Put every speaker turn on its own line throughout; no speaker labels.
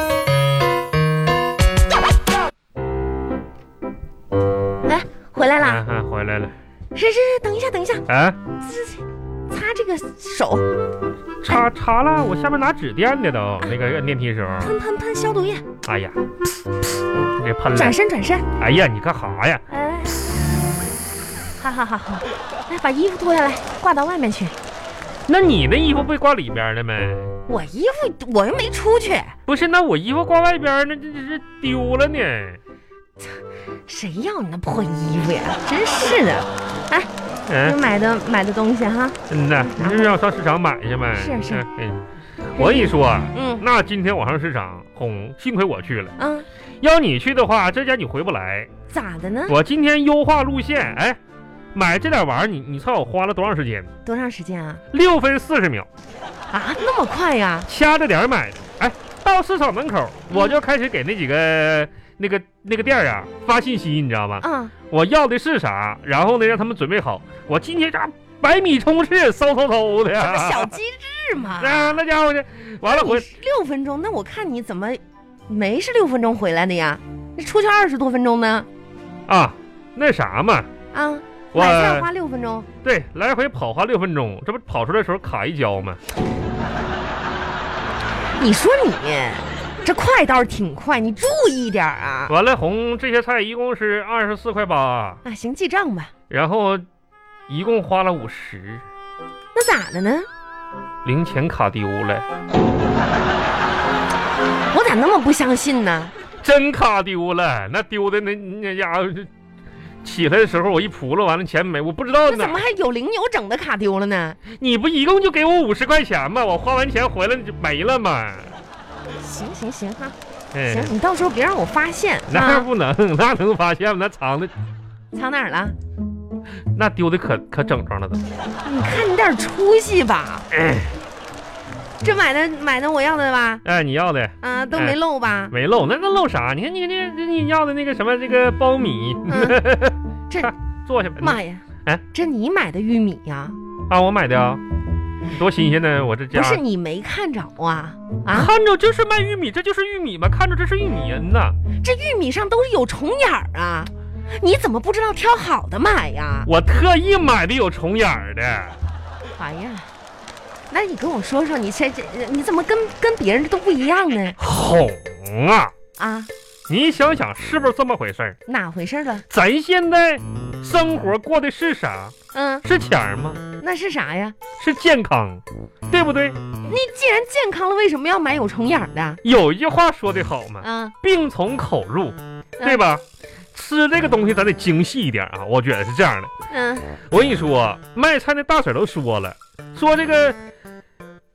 哎
啊来来，
是是是，等一下等一下，
哎，
擦这个手，
擦擦了，我下面拿纸垫的
啊
都，那个按电梯时候，
喷喷喷消毒液，
哎呀，给喷了
转，身转身，
哎呀，你干哈呀？
哎，好好好好，来把衣服脱下来，挂到外面去。
那你的衣服被挂里边了没？
我衣服我又没出去，
不是，那我衣服挂外边，那这这这丢了呢。
谁要你那破衣服呀？真是的，你
嗯
买的买的东西哈，
嗯呐，你是不是要上市场买去呗？
是是
嗯。嗯我跟你说啊，
嗯
那今天我上市场哄，幸亏我去了。
嗯，
要你去的话，这家你回不来。
咋的呢？
我今天优化路线，哎，买这点玩意儿，你你猜我花了多长时间？
多长时间啊？
六分四十秒，
啊，那么快呀？
掐着点儿买的。哎，到市场门口，
嗯
我就开始给那几个那个那个店儿啊发信息，你知道吗？
嗯，
我要的是啥，然后呢让他们准备好。我今天这百米冲刺，嗖嗖嗖的。
这不小机智吗？
啊， 那家伙去，完了
你
回
是六分钟，那我看你怎么没是六分钟回来的呀？那出去二十多分钟呢？哎
啊，那啥嘛，
啊，
我
买菜花六分钟，
对来回跑花六分钟，这不跑出来的时候卡一跤吗？
你说你这快倒是挺快，你注意点儿啊！
完了红这些菜一共是二十四块八，
啊，行，记账吧。
然后一共花了五十，
那咋的呢？
零钱卡丢了，
我咋那么不相信呢？
真卡丢了，那丢的那那家伙是。起来的时候我一扑噜，完了钱没，我不知道
那
呢
怎么。还有零有整的卡丢了呢？
你不一共就给我五十块钱吗？我花完钱回来就没了嘛。
行行行哈、
哎
行，，你到时候别让我发现
那
啊！
不能，那能发现吗？那藏的
藏哪儿了？
那丢的可可整装了都。
你看你点儿出息吧，
哎
这买的买的我要的吧，
哎，你要的
啊、都没
哎
漏吧？
没漏，那那漏啥？你看你那那你要的那个什么这个苞米，
嗯 这
坐下吧。
妈呀！
哎，
这你买的玉米呀、
啊，我买的啊，多新鲜呢！我这啊家
不是你没看着啊？啊，
看着就是卖玉米，这就是玉米嘛，看着这是玉米，嗯呐，
这玉米上都是有虫眼儿啊！你怎么不知道挑好的买呀？
我特意买的有虫眼儿的，
哎呀，那你跟我说说，你这这你怎么跟跟别人都不一样呢？
红啊！
啊，
你想想是不是这么回事儿？
哪回事了？
咱现在生活过的是啥？
嗯，
是钱儿吗？
那是啥呀？
是健康，对不对？
你既然健康了，为什么要买有虫眼儿的？
有一句话说的好嘛，
啊，
病从口入，对吧？吃这个东西咱得精细一点啊，我觉得是这样的。
嗯，
我跟你说，卖菜那大婶都说了，说这个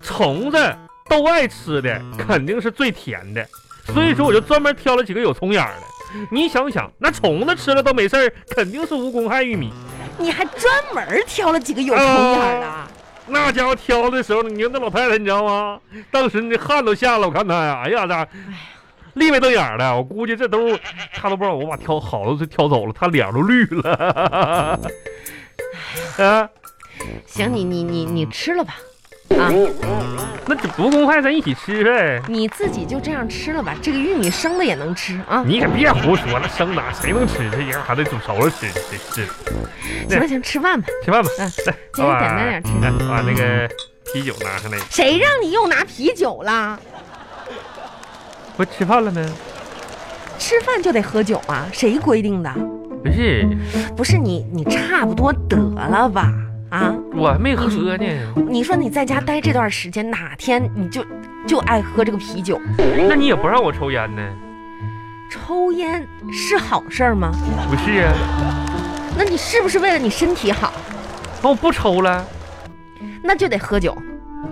虫子都爱吃的肯定是最甜的，所以说我就专门挑了几个有虫眼儿的。你想想，那虫子吃了都没事儿，肯定是无公害玉米。
你还专门儿挑了几个有虫眼儿的啊？
那家伙挑的时候，你看那老太太，你知道吗？当时那汗都下了，我看她呀，哎呀，那立没瞪眼儿的，我估计这都她都不知道我把挑好的都挑走了，她脸都绿了。 啊，
行，你你你你吃了吧，啊。
那这不公害咱一起吃呗。
你自己就这样吃了吧，这个玉米生的也能吃啊。
你可别胡说了，生哪谁能吃这玩意还得煮熟了吃吃吃吃，
行了行，吃饭吧，
吃饭吧。
嗯
来，
今天
老板
简单点吃。
来，把那个啤酒拿上来。
谁让你又拿啤酒啦？
不吃饭了吗？
吃饭就得喝酒啊？谁规定的？
不是，
不是你，你差不多得了吧？啊，
我还没喝呢。
你说你在家待这段时间，哪天你就就爱喝这个啤酒？
那你也不让我抽烟呢？
抽烟是好事儿吗？
不是啊。
那你是不是为了你身体好，
那我不抽了。
那就得喝酒？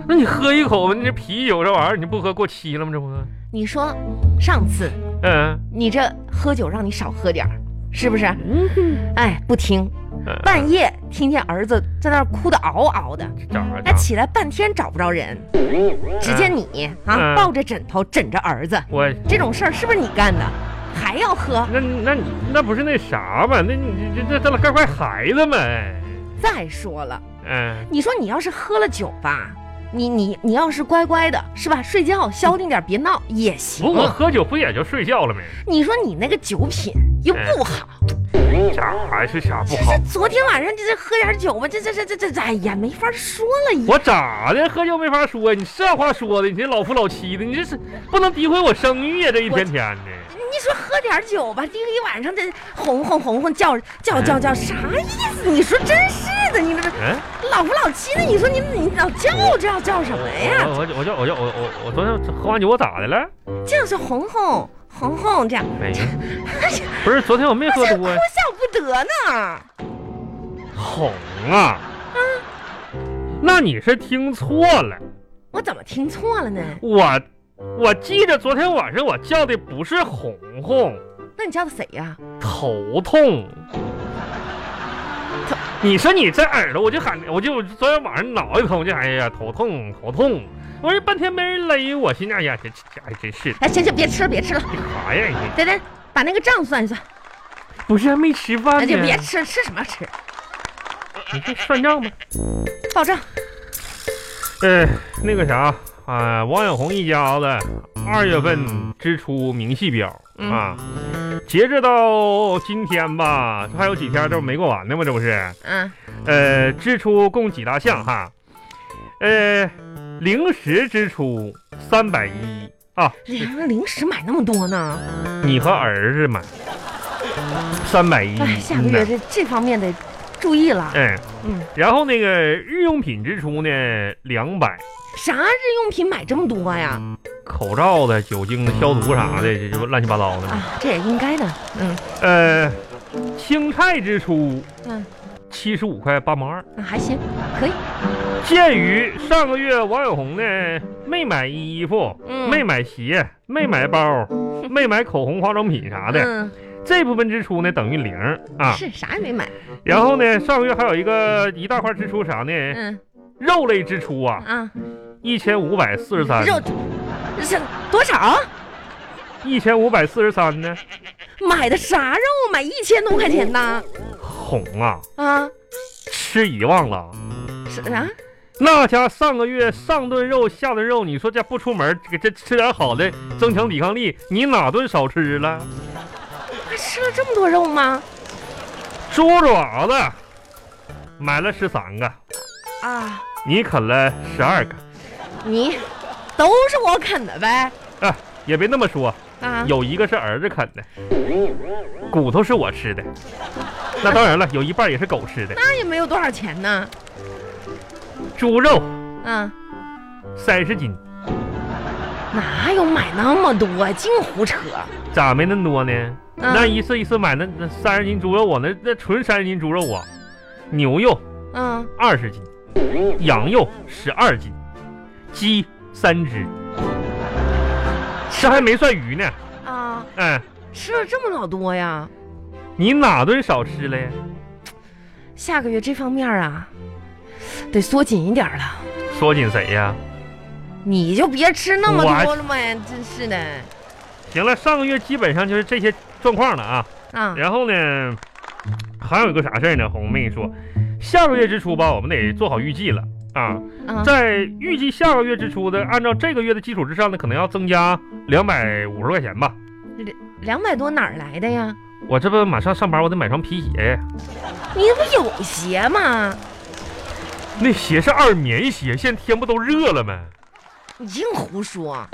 那你喝一口吧，你这啤酒这玩意儿你不喝过期了吗？这不，
你说上次
嗯，
你这喝酒让你少喝点儿，是不是？哎，不听，
嗯
半夜听见儿子在那儿哭得嗷嗷的，
这家伙
哎，，起来半天找不着人，只见你啊
嗯
抱着枕头枕着儿子，
我
这种事儿是不是你干的？还要喝？
那那你那不是那啥吗？那你这这这老该怪孩子们，
再说了，
嗯，
你说你要是喝了酒吧，你你你要是乖乖的，是吧？睡觉消停点，别闹也行
不。过喝酒不也就睡觉了没？
你说你那个酒品又不好，
啥还是啥不
这
哎好
这？昨天晚上这这喝点酒吧，这这这这这这，哎呀，没法说了也。
我咋的？喝酒没法说呀？你这话说的，你这老夫老妻的，你这是不能诋毁我声誉呀！这一天天的，
你说喝点酒吧，盯一晚上这哄哄哄哄叫
哎
叫叫叫，啥意思？你说真是的，你这这
嗯，
老夫老妻的，你说你你老叫叫叫什么呀？
我我我叫我叫我我我昨天喝完酒我咋的了？
这样是哄哄哄哄这样，
没有，
哎呀，
不是昨天我没喝
这哭
多呀。
笑不得呢。
哄啊？那你是听错了，
我怎么听错了呢？
我我记着昨天晚上我叫的不是哄哄，
那你叫的谁呀、
头痛。你说你这耳朵，我就喊，我就我就昨天晚上脑一疼，我就哎呀头痛头痛，我这半天没人勒我，心想哎呀这这这哎真是
哎，行行，别吃了，别吃了，
干啥呀你？
等等，把那个账算一算。
不是还没吃
那
饭
就
呢？
别吃，吃什么吃？
你这算账吧。
报账。
呃，那个啥，啊，王小红一家子二月份支出明细表
嗯
啊，截止到今天吧，这还有几天这不没过完呢吗？这不是，
嗯，
呃，支出共几大项哈，呃，零食支出三百一啊，
零零食买那么多呢？
你和儿子买三百一，
哎，下个月这这方面得注意了。
嗯，
嗯，
然后那个日用品支出呢两百，
啥日用品买这么多呀？
口罩的、酒精的、消毒啥的，这就乱七八糟的嘛。
嗯啊，这也应该的。嗯，
呃，青菜支出，
嗯，
七十五块八毛二。
那还行，可以。
鉴于上个月王小红呢没买衣服、
嗯
没买鞋、没买包、 没买口红、化妆品啥的，
嗯，
这部分支出呢等于零啊。
是啥也没买。
然后呢，上个月还有一个一大块支出啥呢？
嗯
肉类支出啊，
啊，
一千五百四十三，
肉啊是多少？
一千五百四十三呢，
买的啥肉？买一千多块钱呢？
红啊，
啊，
吃遗忘了。
是啊，
那家上个月上顿肉下顿肉，你说这不出门，这这吃点好的，增强抵抗力，你哪顿少吃了？
还吃了这么多肉吗？
猪爪子买了十三个，
啊，
你啃了十二个，
你都是我啃的呗？
啊，也别那么说，
啊，
嗯有一个是儿子啃的，骨头是我吃的，那当然了，有一半也是狗吃的，
那也没有多少钱呢。
猪肉
啊。
三十斤，
哪有买那么多？啊净胡扯！
咋没那么多呢？
嗯
那一次一次买那那三十斤猪肉啊，那那纯三十斤猪肉啊，牛肉。
嗯，
二十斤，羊肉十二斤，鸡三只，这还没算鱼呢。
啊，
哎，
吃了这么老多呀！
你哪顿少吃了呀？
下个月这方面啊，得缩紧一点了。
缩紧谁呀？
你就别吃那么
我
多了嘛，真是的
行了，上个月基本上就是这些状况了啊。
啊！
然后呢，还有一个啥事儿呢？红妹说，下个月支出吧，我们得做好预计了啊。
啊，
在预计下个月支出的，按照这个月的基础之上呢，可能要增加两百五十块钱吧。
两百多哪儿来的呀？
我这不马上上班，我得买双皮鞋呀。
你不有鞋吗？
那鞋是二棉鞋，现在天不都热了吗？
你净胡说！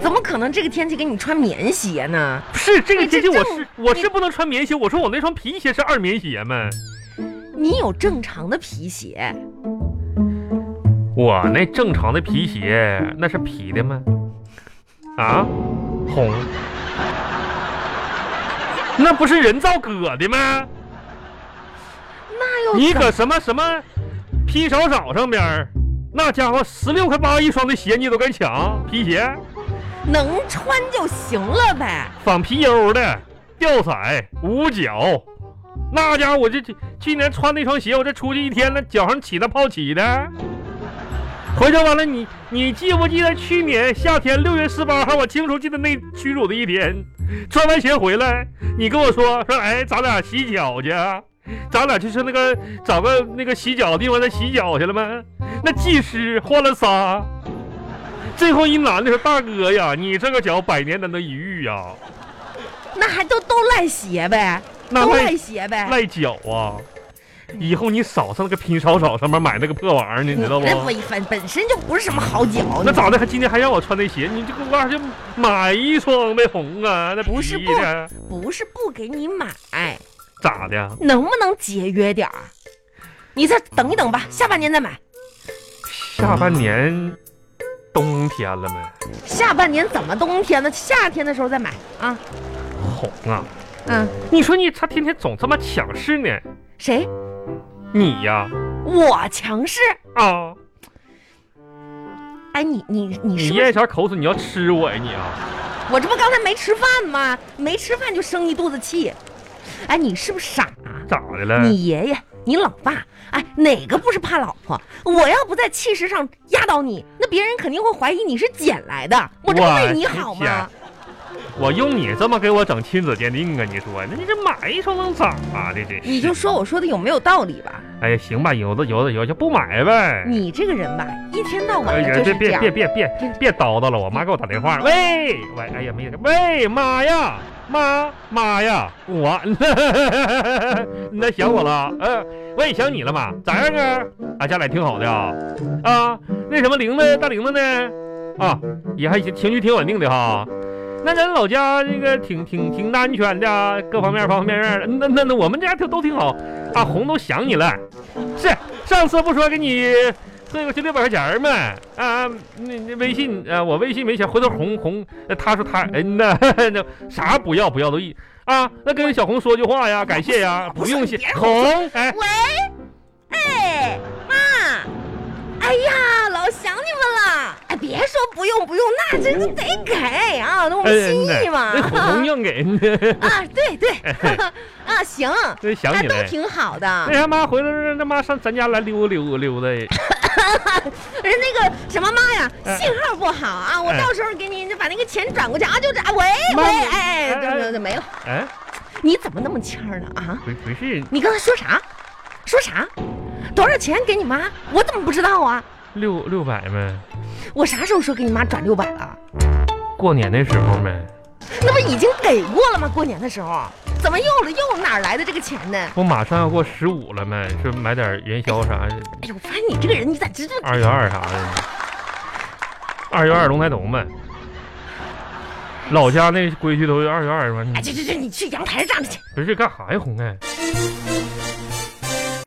怎么可能这个天气给你穿棉鞋呢？
不是这个
哎这
天气，我
这
是我
你
是不能穿棉鞋。我说我那双皮鞋是二棉鞋吗？
你有正常的皮鞋，
我那正常的皮鞋那是皮的吗？啊，红，那不是人造革的吗？
那又
你
怎么
搁什么什么劈手嫂上边儿，那家伙十六块八一双的鞋你都敢抢？皮鞋，
能穿就行了呗？
仿皮优的，吊色，五角。那家伙，我这这去年穿那双鞋，我这出去一天了，脚上起那泡起的。回头完了，你你记不记得去年夏天六月十八号，我清楚记得那屈辱的一天。穿完鞋回来，你跟我说说，哎，咱俩洗脚去。咱俩就是那个找个那个洗脚地方再洗脚去了吗？那技师换了仨，最后一男的说：“大哥呀，你这个脚百年难得一遇啊呀，
那还都都赖鞋呗，
那
都
赖
赖鞋呗。
赖脚啊！以后你少上那个拼少少上面买那个破玩意儿，你知道不？
这不一分本身就不是什么好脚，
那
你
咋的？还今天还让我穿那鞋？你这给我二就买一双呗，红啊，那
不是
皮
不
的
不是不给你买，
咋的？
能不能节约点儿？你再等一等吧，下半年再买。
下半年冬天了没？
下半年怎么冬天呢？夏天的时候再买啊。
红啊！
嗯，
你说你他天天总他妈抢势呢，
谁？
你呀
我强势？
啊，
哎，你你你
你
是不
咽
是？
啥口水？你要吃我呀你啊！
我这不刚才没吃饭吗？没吃饭就生一肚子气。哎，你是不是傻啊？
咋的了？
你爷爷，你老爸，哎，哪个不是怕老婆？我要不在气势上压倒你，那别人肯定会怀疑你是捡来的。我这不为你好吗？
我用你这么给我整亲子鉴定啊？你说，那你这买一双能咋的？这
你就说我说的有没有道理吧？
哎呀，行吧，有的有的有的，就不买呗。
你这个人吧，一天到
哎
晚
呀
的，嗯就是
别
这
别
样嗯
别。别别别叨叨了！我妈给我打电话，喂喂，哎呀，没人喂妈呀妈妈呀，我 那想我了，嗯、我也想你了妈，咋样啊？俺家俩挺好的啊，啊，那什么玲子大玲子呢？啊，也还行，情绪挺稳定的哈。那咱老家这个挺挺挺安全的、啊，各方面方方面面的。那那那我们家都都挺好啊，红都想你了。是上次不说给你汇过去六百块钱儿吗？啊，那那微信啊，我微信没钱，回头红红，呃他说他嗯呐，那啥不要不要都一啊，那跟小红说句话呀，感谢呀，
不
不
是
用
你
谢
别
红哎。
喂，哎，妈，哎呀，老想你们了。哎，别说不用不用，那真是得给啊，那我们
哎
心意嘛。
那红红硬给，
啊，对对， 啊行，
那哎想
那
起
都
来。
挺好的。
那哎他妈回头让他妈上咱家来溜溜溜达，
人那个什么妈呀，
哎
信号不好啊，我
哎
到时候给你把那个钱转过去啊，就这，啊喂
妈
喂，哎
哎
哎，对对对，没了。
哎，
你怎么那么欠儿呢啊？
不不是
你刚才说啥？说啥？多少钱给你妈？我怎么不知道啊？
六六百呗，
我啥时候说给你妈转六百了？
过年的时候呗，
那不已经给过了吗？过年的时候，怎么又了又哪儿来的这个钱呢？
不马上要过十五了呗，说买点元宵啥的，
哎呦，我发现你这个人，你咋知道？
二月二啥的，二月二龙抬头呗，老家那规矩都是二月二嘛，
哎哎，去去去，你去阳台上站着去。
不是干啥呀红哎？